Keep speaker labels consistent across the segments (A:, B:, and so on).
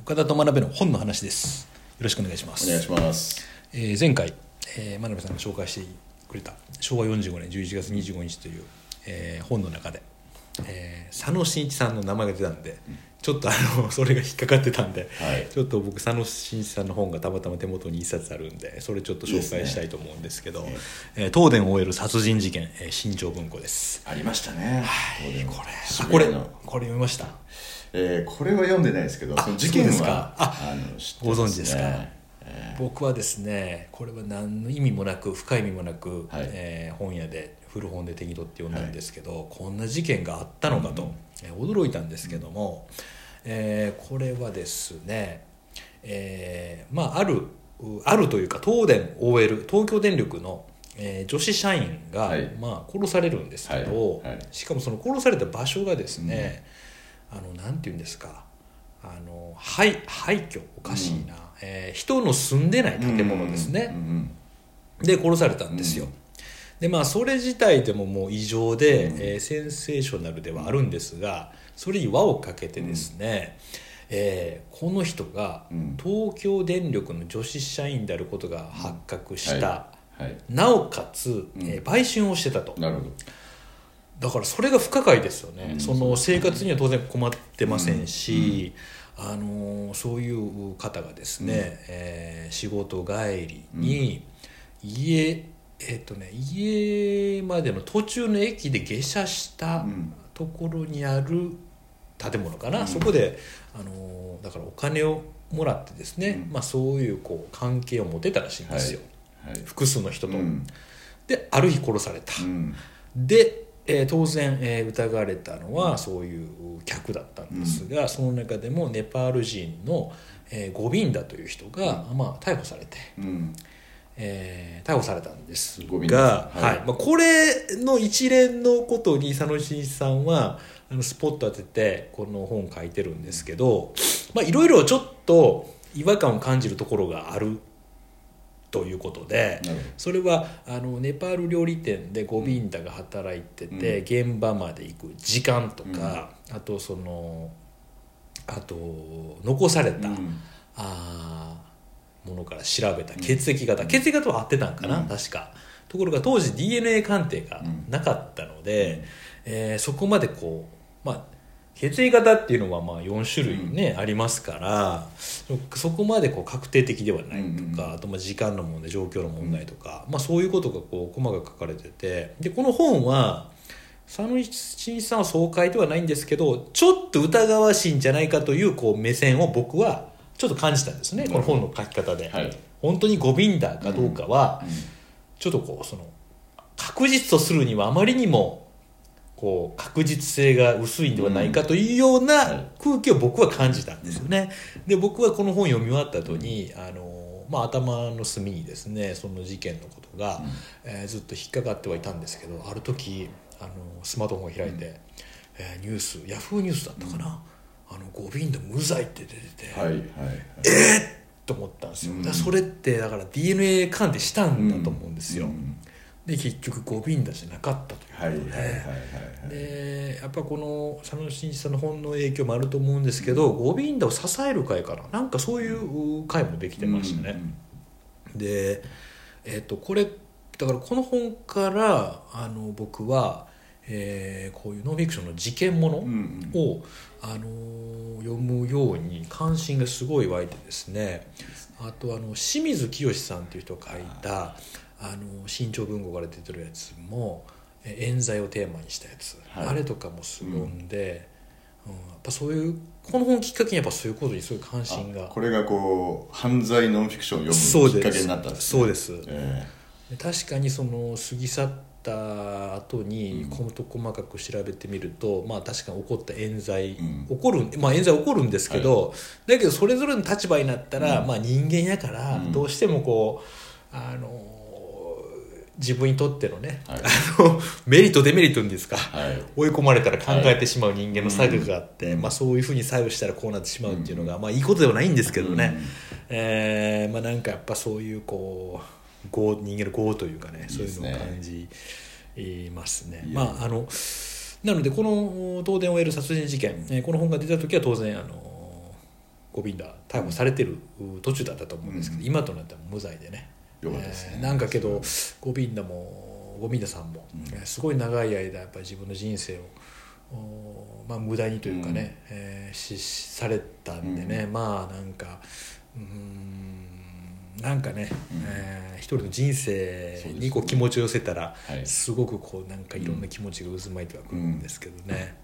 A: 岡田と学べの本の話ですよろしくお願いします
B: お願いします
A: えー前回、えー、真鍋さんが紹介してくれた昭和45年11月25日という、えー本の中で、えー佐野真一さんの名前が出たんで、ちょっとあの それが引っかかってたんで、
B: はい
A: ちょっと僕佐野真一さんの本がたまたま手元に一冊あるんでそれちょっと紹介したいと思うんですけどえー東電 OL 殺人事件、えー新潮文庫です。
B: ありましたね
A: これあ
B: 渋
A: これ
B: 谷
A: こ
B: の
A: れ読みました
B: えーこれは読んでないですけどその事件
A: そうです
B: は
A: かあ
B: の知って
A: ご
B: ますね
A: 存知ですか、
B: え
A: 僕はですねこれは何の意味もなく深い意味もなく、
B: はい
A: えー本屋で古本で手に取って読んだんですけど、こんな事件があったのかと、えー驚いたんですけども、えーこれはですね、えーまああるうあるというか東電 OL 東京電力の、えー女子社員が、
B: はい
A: まあ、殺されるんですけど、
B: はいはい
A: しかもその殺された場所がですね、あのなんて言うんですかあの廃廃墟おかしいな、えー人の住んでない
B: ー
A: 建物ですね、
B: うんうん
A: で殺されたんですよ、
B: うん
A: でまあそれ自体でももう異常で、えーセンセーショナルではあるんですがそれに輪をかけてですね、えーこの人が
B: うん
A: 東京電力の女子社員であることが発覚した、
B: はいはい
A: なおかつ、えー売春をしてたと、
B: なるほど
A: だからそれが不可解ですよね、
B: うん
A: その生活には当然困ってませんし、あのーそういう方がですね、
B: うん
A: えー仕事帰りに家、えっとね家までの途中の駅で下車した
B: うん
A: ところにある建物かな、そこであのーだからお金をもらってですね、
B: うん
A: まあ、そういうこう関係を持てたらしいんですよ、
B: はい
A: 複数の人と。
B: うん
A: である日殺された。
B: うん
A: で、えー当然、えー疑われたのはそういう客だったんですが、その中でもネパール人の、えーゴビンダという人が、まあ、逮捕されて、
B: うん
A: えー逮捕されたんです
B: ゴビンダ
A: が、
B: は
A: はいいまあ、これの一連のことに佐野真一さんはあのスポット当ててこの本書いてるんですけどまあいろいろちょっと違和感を感じるところがあるということで。
B: なる
A: それはあのネパール料理店でゴビンダが働いてて、現場まで行く時間とか、あとそのあと残され
B: ほど
A: た、
B: うん
A: あーものから調べた血液型、血液型は合ってたんかな、
B: うん
A: 確かところが当時 DNA 鑑定がなかったので、えーそこまでこうまあ血液型っていうのはまあ4種類ね、ありますからそそこまでこう確定的ではないとか、
B: うん
A: あとまあ時間の問題状況の問題とか、まあ、そういうことがこう細かく書かれててでこの本は佐野真一さんは爽快ではないんですけどちょっと疑わしいんじゃないかというこう目線を僕はちょっと感じたんですねこの本の書き方で、
B: はい
A: 本当にゴビンダーかどうかは、ちょっとこうその確実とするにはあまりにもこう確実性が薄いんではないかというよう
B: はい
A: な空気を僕は感じたんですよね。で僕はこの本読み終わった後に、あのまあ、頭の隅にですねその事件のことが、えーずっと引っかかってはいたんですけどある時あのスマートフォンを開いて、えーニュースヤフーニュースだったかな、あのゴビンダ無罪って出てて、
B: はいはい
A: と思ったんですよ、
B: うん
A: だからそれってだから DNA 鑑定したんだと思うんですよ、
B: うん
A: で結局ゴビンダじゃなかったという
B: はいはいはいはいはい
A: でやっぱこの佐野真一さんの本の影響もあると思うんですけど、ゴビンダを支える会かななんかそういう会もできてましたね、で、えっとこれだからこの本からあの僕は、えーこういうノンフィクションの事件もの、
B: うんうんうん
A: を、あのー読むように関心がすごい湧いてですねあとあの清水清さんという人が書いた「あの新潮文庫」から出てるやつもえ冤罪をテーマにしたやつ、
B: はい
A: あれとかもすごい読んで、うんやっぱそういうこの本きっかけにやっぱそういうことにすごい関心
B: あ
A: が
B: これがこう犯罪ノンフィクションを
A: そう
B: 読む
A: で
B: き
A: す
B: っかけになったんですね
A: そうです
B: え
A: で確かにその過ぎ去った後に
B: うん
A: こと細かく調べてみると、まあ確かに起こった冤罪、
B: うん
A: 起こるまあ冤罪起こるんですけど、だけどそれぞれの立場になったら、まあ人間やから
B: うん
A: どうしてもこう、あの自分にとってのね、
B: はい
A: あのメリットデメリットにですか、
B: えはい
A: 追い込まれたら考えてしまう人間の作業があって、まあ、そういうふうに作用したらこうなってしまうっていうのが、まあ、いいことではないんですけどね、
B: うん
A: えーまあ、なんかやっぱそういうこう業人間の業というかねそういうのを
B: いいですね
A: 感じますね。
B: いや
A: まあ、あのなのでこの東電を得る殺人事件、えーこの本が出た時は当然あのコビンダー逮捕されてる途中だったと思うんですけど、
B: うん
A: 今となっては無罪でね
B: よかったですね
A: えーなんかけどゴビンダもゴビンダさんも、
B: うん
A: えーすごい長い間やっぱり自分の人生をおーまあ、無駄にというかね、
B: うん
A: えーししされたんでね、
B: う
A: まあなんかうーんなんかね、
B: うん
A: えー一人の人生
B: そうです
A: に
B: ね
A: こう気持ちを寄せたら
B: はい
A: すごくこうなんかいろんな気持ちが渦巻いてはくるんですけどね、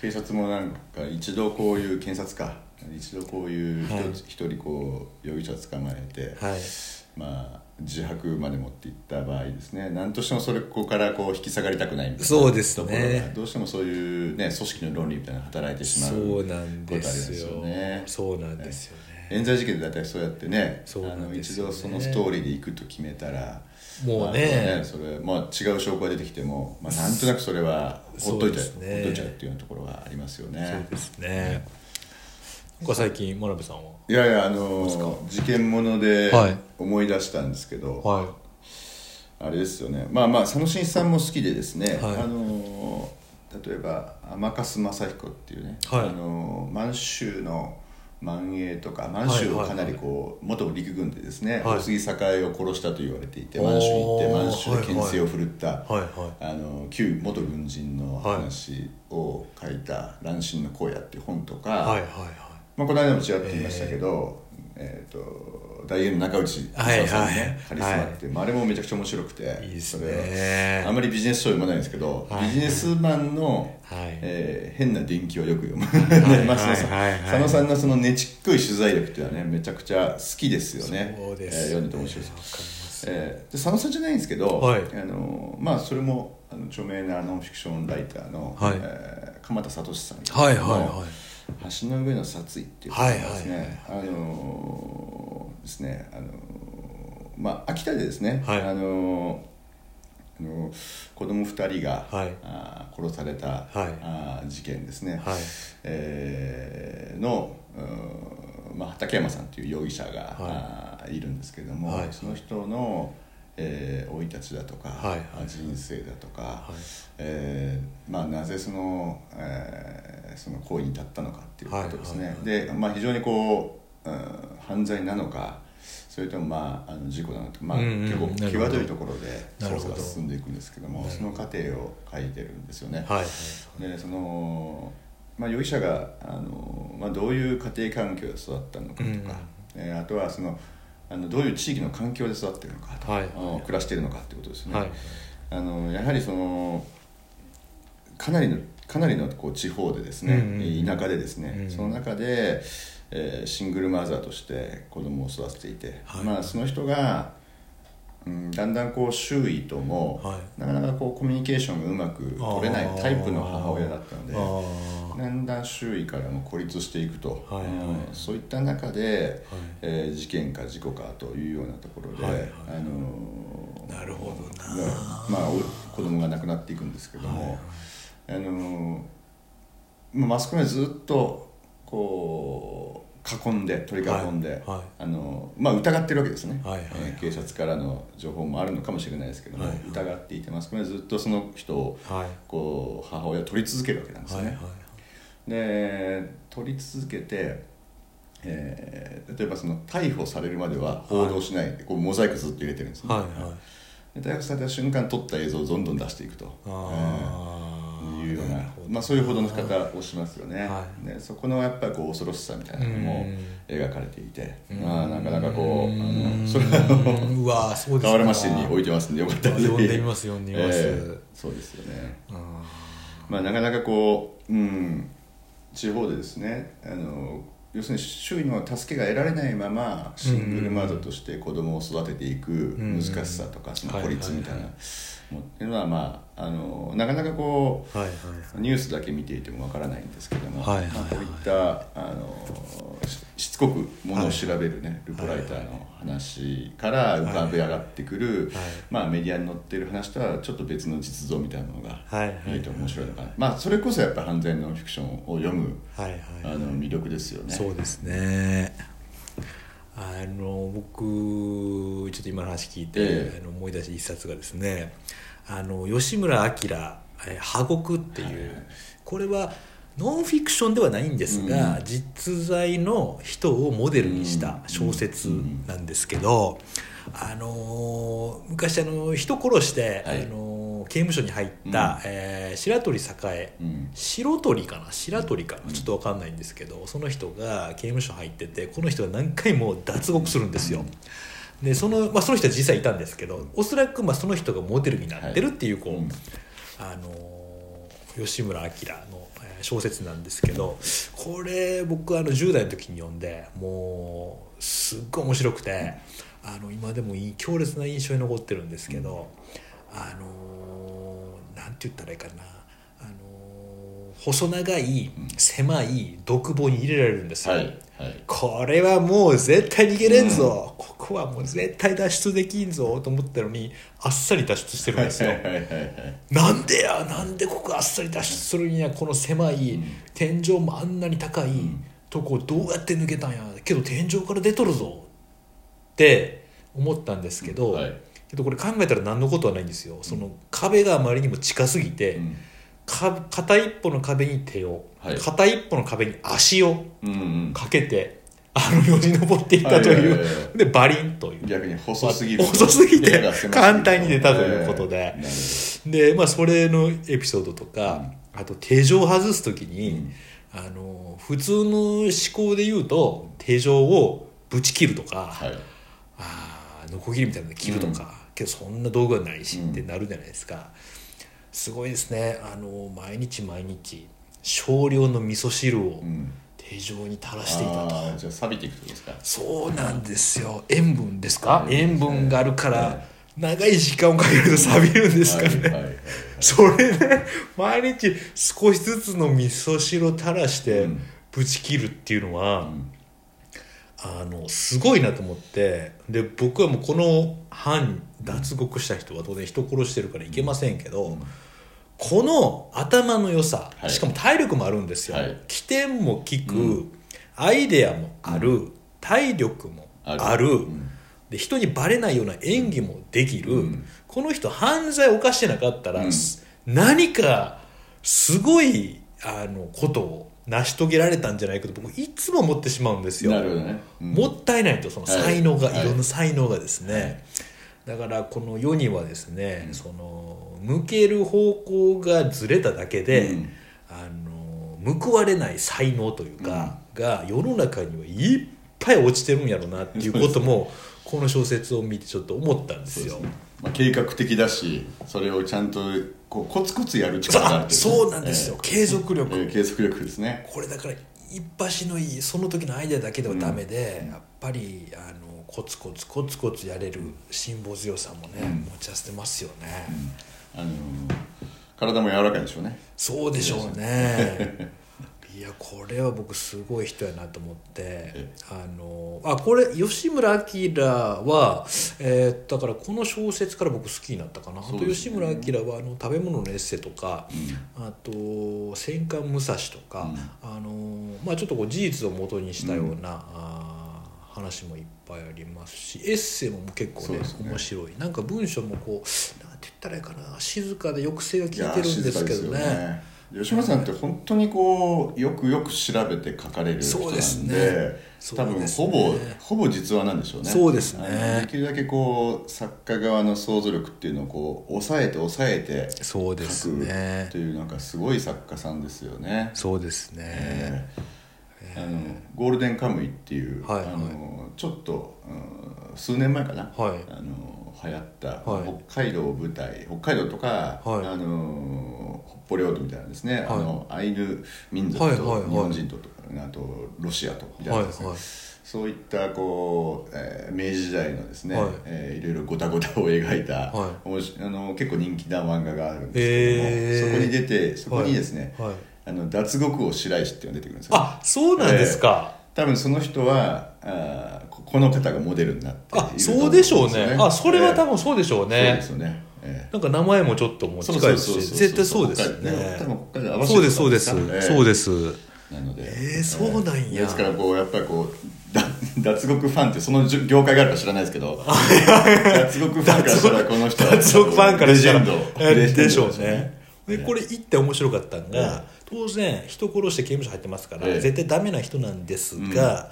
B: 警察もなんか一度こういう検察か一度こういう
A: はい
B: 一つ一人こう容疑者捕まえて、
A: はい
B: まあ自白まで持っていった場合ですね何としてもそれここからこう引き下がりたくないみたいな
A: そうです
B: と
A: ね
B: ころがどうしてもそういうね組織の論理みたいなのが働いてしまう
A: そうなんですよ
B: ことありますよね
A: そうなんですよね、
B: 冤罪事件で大体そうやってね
A: そうなんですよね
B: あの一度そのストーリーで行くと決めたら
A: もうね
B: まあそれ、まあ、違う証拠が出てきても、まあ、なんとなくそれはほっといちゃう
A: そうですね
B: ほっといちゃうっていうようなところはありますよね
A: そうですね。なんか最近真鍋さんはい
B: やいやあのー事件もので
A: はい
B: 思い出したんですけど、
A: はい
B: あれですよねまあまあ佐野真一さんも好きでですね、
A: はい
B: あのー例えば天粕正彦っていうね、
A: はい
B: あのー満州の満永とか満州をかなりこう、元陸軍でですね、
A: はい
B: 大杉栄を殺したと言われていて
A: おー
B: 満州に行って満州で牽制を振るった、
A: はいは
B: あの旧元軍人の話を書いた「乱心の荒野」っていう本とか、
A: いはいはいは
B: まあ、この間もちらっと言いましたけど、えーと大英の中内勲さん
A: はい
B: ね、
A: はい
B: カリスマって、まあ、あれもめちゃくちゃ面白くて
A: い。いいです
B: それ
A: ね
B: はあ。まりビジネス書読まないんですけど、
A: はい
B: ビジネスマンの、
A: はい
B: えー変な伝記をよく読む、
A: い
B: まあそのさ
A: はいはいはい
B: 佐野さんのそのねちっこい取材力っていうのはねめちゃくちゃ好きですよね
A: そうです
B: えー読んでて面白いです
A: わかります。
B: えーで佐野さんじゃないんですけど、
A: はい
B: あのまあ、それもあの著名なノンフィクションライターの、
A: はい
B: えー鎌田聡さんの
A: はいはいはい
B: 橋の上の殺意」っていう
A: はいはい
B: ですね、あのーですねあのーまあ秋田でですね、
A: はい
B: あのーあの子供二人が、
A: はい
B: あー殺された、
A: はい
B: あー事件ですね、
A: はい
B: えーの、うんまあ、畠山さんという容疑者が、あーい、るんですけども、
A: はい
B: その人の生、えー、生い立ちだとか、
A: はいはい
B: 人生だとか、
A: い
B: えーまあ、なぜその,、えーその行為に至ったのかっていうことですね、
A: はいはい
B: で、まあ、非常にこう、うん、犯罪なのかそれとも、まあ、あの事故なのか、まあ
A: うんうん
B: 結構
A: なるほ
B: 際
A: ど
B: どいところで
A: なる
B: 捜
A: ほ
B: 査
A: ど
B: が進んでいくんですけども
A: なる
B: そ
A: ほど
B: の過程を書いてるんですよね。
A: はい
B: でその、まあ、容疑者があの、まあ、どういう家庭環境で育ったのかとか、
A: うん
B: えーあとはそのあのどういう地域の環境で育ってるのかとか、
A: はい
B: あの暮らしてるのかってことですよね、
A: はい
B: あのやはりそのかなりのかなりのこう地方でですね、
A: うんうん
B: 田舎でですね、
A: うん
B: その中で、えーシングルマザーとして子供を育てていて、
A: はい
B: まあ、その人が、うん、だんだんこう周囲とも、
A: はい
B: なかなかこうコミュニケーションがうまく取れないタイプの母親だったので
A: あー
B: だんだん周囲からも孤立していくと、
A: はいはい
B: うんそういった中で、えー事件か事故かというようなところで、
A: はいはい
B: あのー
A: なるほどな
B: ねまあ、お子供が亡くなっていくんですけども、あのーまあマスコミはずっとこう囲んで取り囲んで、
A: はいはい
B: あのーまあ、疑ってるわけですね、
A: はいはいはい
B: えー警察からの情報もあるのかもしれないですけども、
A: はいはい
B: 疑っていてマスコミはずっとその人を
A: はい
B: こう母親は取り続けるわけなんです
A: は
B: ね。
A: いはい
B: で取り続けて、えー例えばその逮捕されるまでは報道しないで、こうモザイクずっと入れてるんですね、
A: はいはい
B: で逮捕された瞬間撮った映像をどんどん出していくと、
A: あ
B: え
A: あ
B: ーいうような
A: るほど
B: まあ、そういう報道の仕方をしますよね、
A: は
B: でそこのやっぱりこう恐ろしさみたいなのも
A: うん
B: 描かれていて、まあ、なかなかこ
A: う
B: うあ
A: ん
B: のそれは
A: うわーそうです
B: タ
A: か
B: ワーマシンに置いてますんでよかったらぜひ
A: 読んでみます読んでみます
B: そうですよね
A: あ
B: まあ、なかなかこう、うん、地方でですねあの要するに周囲の助けが得られないままシングルマザーとして子供を育てていく
A: ん
B: 難しさとかその孤立みたい
A: はい
B: なもっていうのは、まあ、あのなかなかこ
A: ーはいは
B: うニュースだけ見ていてもわからないんですけども、
A: はいはいはい
B: まあこういったあのししつこくものを調べるね、ルポライターの話から浮かび上がってくる、
A: はい
B: まあ、メディアに載ってる話とはちょっと別の実像みたいなものが
A: はいはいはい
B: 見えて面白いのかな、まあ、それこそやっぱ犯罪のフィクションを読む
A: いはいはい
B: あの魅力ですよね。
A: そうですねあの僕ちょっと今の話聞いて、
B: ええ
A: あの思い出した一冊がですねあの吉村明「えー破国」っていう、これはノンフィクションではないんですが、
B: う
A: 実在の人をモデルにした小説なんですけど、あのー昔あの人殺して、
B: はい
A: あのー刑務所に入った、えー白鳥栄
B: うん
A: 白鳥かな白鳥かなちょっと分かんないんですけどその人が刑務所入っててこの人が何回も脱獄するんですよでその,、まあ、その人は実際いたんですけどおそらくまあその人がモデルになってるっていうこう、
B: うん
A: あのー吉村明のえー小説なんですけどこれ僕あの10代の時に読んでもうすっごい面白くてあの今でもいい強烈な印象に残ってるんですけどあのーなんて言ったらいいかなあのー細長い狭い独房に入れられるんですよ。
B: はいはい
A: これはもう絶対逃げれんぞ、ここはもう絶対脱出できんぞと思ったのにあっさり脱出してるんですよ
B: はいはいはいはい
A: なんでやなんでここあっさり脱出するんやこの狭い天井もあんなに高いとこどうやって抜けたんやけど天井から出とるぞって思ったんですけど、
B: はい
A: けどこれ考えたら何のことはないんですよその壁があまりにも近すぎて、
B: うん
A: か片一歩の壁に手を、
B: はい
A: 片一歩の壁に足を
B: うんうん
A: かけてあのよじ登っていったと
B: はい
A: い
B: はいはいは
A: うでバリンという
B: 逆に細すぎる
A: 細すぎて
B: 部屋が狭すぎる
A: 簡単に出たということで
B: はいなるほど
A: でまあそれのエピソードとか、あと手錠を外す時に、
B: うん
A: あの普通の思考で言うと手錠をぶち切るとか、
B: はい
A: あーノコギリみたいなので切るとか、けどそんな道具はないし
B: うん
A: ってなるじゃないですか、すごいですねあの毎日毎日少量の味噌汁を
B: うん
A: 手錠に垂らしていたと。
B: あーじゃあ錆びていくってことですか
A: そうなんですよ塩分ですか塩
B: 塩分ですね
A: 分があるから長い時間をかけると錆びるんですかね、
B: はいはいはい
A: それで毎日少しずつの味噌汁を垂らして
B: うん
A: ぶち切るっていうのは、
B: ん
A: あのすごいなと思ってで僕はもうこの犯脱獄した人は当然人殺してるからいけませんけど、この頭の良さ、
B: はい
A: しかも体力もあるんですよ、
B: はい
A: 起点も効く、
B: う
A: アイデアもある、体力もある
B: あるうん
A: で人にバレないような演技もできる、
B: うん
A: この人犯罪を犯してなかったら、
B: うん
A: す何かすごいあのことを成し遂げられたんじゃないかと僕いつも思ってしまうんですよ。
B: なるほどねうん
A: もったいないとその才能が、、
B: はいい
A: ろんな才能がですね、だからこの世にはですね、その向ける方向がずれただけで、
B: うん
A: あの報われない才能というか、が世の中にはいっぱい落ちてるんやろうなっていうことも、この小説を見てちょっと思ったんですよ。
B: まあ、計画的だしそれをちゃんとこうコツコツやる力がある
A: あ
B: ってい
A: そうなんですよ、、継続
B: えー
A: 力、
B: えー継続力ですね
A: これだから一発のいいその時のアイデアだけではダメで、やっぱりあのコツコツコツコツやれる辛抱強さもね、持ち合わせてますよね、
B: あのー体も柔らかいでしょうね
A: そうでしょうね いやこれは僕すごい人やなと思ってあのあこれ吉村明は、えーだからこの小説から僕好きになったかな、あ
B: う
A: と
B: で
A: 吉
B: すね
A: 村明はあの食べ物のエッセイとか、あと「戦艦武蔵」とか、あのまあ、ちょっとこう事実を元にしたような、あー話もいっぱいありますしエッセイも結構
B: そう
A: ね
B: ですね
A: 面白いなんか文章もこうなんて言ったらいいかな静かで抑制が効いてるんですけどね。
B: いやー静かですよ吉村さんって本当にこうよくよく調べて書かれる人なん
A: そう
B: で
A: ですね
B: 多
A: そう
B: 分
A: です
B: ほ
A: ね
B: ぼ、ほぼ実話なんでしょうね
A: そうですね
B: あのできるだけこう作家側の想像力っていうのをこう抑えて抑えて
A: そうですね
B: 書くというなんかすごい作家さんですよね
A: そうですね。
B: あのゴールデンカムイっていう、
A: はいはい
B: あのちょっと、うん数年前かな、
A: はい
B: あの流行った、
A: はい
B: 北海道を舞台北海道とか、
A: はい
B: あの北方領土みたいなんですね、あのアイヌ民族
A: はい
B: と
A: はいはい
B: 日本人と、あとロシアとみたいなですね、
A: はいはい
B: そういったこう、えー明治時代のですね、
A: はい
B: いえーいろいろごたごたを描いた、
A: は
B: おもしあの結構人気な漫画があるんですけ
A: えー
B: ども、そこに出てそこにですね、
A: はいはい
B: あの脱獄王白石っていうのが出てくるんですよね
A: あそうなんですか。
B: 多分その人はあーここの方がモデルになっている
A: あそうでしょう
B: と思ん
A: ね
B: です。よ
A: あそれは多
B: え
A: 分そうでしょう
B: えそう
A: ね
B: です。よね、え
A: なんか名前もちょっともう
B: え
A: 近いし、絶対そうですよ
B: 北海道
A: ね。
B: 多分北海道合わせ
A: そうですそうで
B: ええ
A: すそうです。
B: なので
A: ええそうなんや
B: ですからこうやっぱりこうだ脱獄ファンってそのじゅ業界があるか知らないですけど脱獄ファンからしたらこ の人は
A: 脱獄ファンからしたら
B: レジェンド
A: えでしょう
B: レジェンドですよ
A: ねでこれ行って面白かったんが、当然人殺して刑務所入ってますから、
B: ええ
A: 絶対ダメな人なんですが、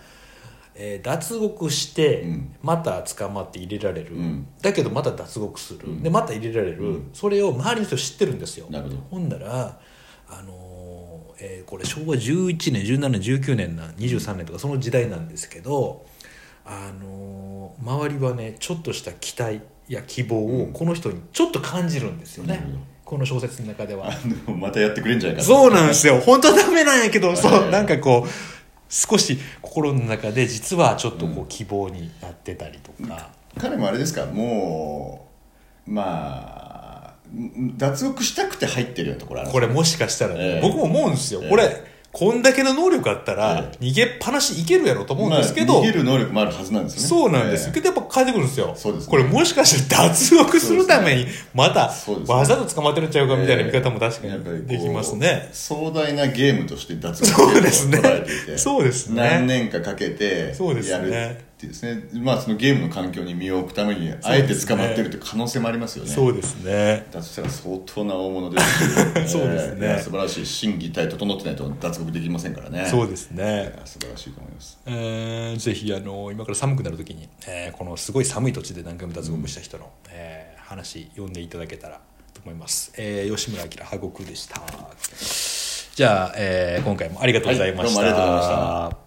A: えー脱獄して、
B: うん
A: また捕まって入れられる、
B: うん
A: だけどまた脱獄する、
B: うん
A: でまた入れられる、
B: うん
A: それを周りの人知ってるんですよ。
B: なるほど
A: ほんならあのーえーこれ昭和11年17年19年な23年とかその時代なんですけど、あのー周りはねちょっとした期待や希望をこの人にちょっと感じるんですよ
B: な
A: ね、
B: るほど
A: この小説の中では。
B: あのまたやってくれんじゃないかと
A: そうなんですよ本当はダメなんやけど
B: はいは
A: そ
B: いう
A: なんかこう少し心の中で実はちょっとこう希望になってたりとか、
B: 彼もあれですかもうまあん脱獄したくて入ってるようなところあるん
A: こ
B: です
A: れもしかしたらね、
B: ええ
A: 僕も思うんですよ、
B: ええ
A: これこんだけの能力あったら
B: え
A: 逃げっぱなしいけるやろと思うんですけ
B: ま
A: ど、
B: あ、逃げる能力もあるはずなんですよね
A: そうなんです、
B: ええ
A: けどやっぱ帰ってくるんですよ
B: そうですね
A: これもしかして脱獄するためにまた
B: そうですね
A: わざと捕まってるんちゃうかみたいな見方も確か
B: やっぱりこ
A: に
B: う
A: できますね、
B: 壮大なゲームとして脱獄
A: そうですね
B: ゲームを捉えていて
A: そうですね
B: 何年かかけて
A: そうですね
B: やるっていうですねまあそのゲームの環境に身を置くためにあえて捕まってるって可能性もありますよね
A: そうですね
B: だとしたら相当な大物です、
A: そうですね
B: いや素晴らしい心技体整ってないと脱獄できませんからね
A: そう
B: で
A: ですね
B: 素晴らしいと思います
A: えーぜひあの今から寒くなるときに、えーこのすごい寒い土地で何回も脱獄した人の、えー話読んでいただけたらと思います、えー吉村明破国でしたじゃあ、えー今回もありがとうございました、
B: はいどうもありがとうございました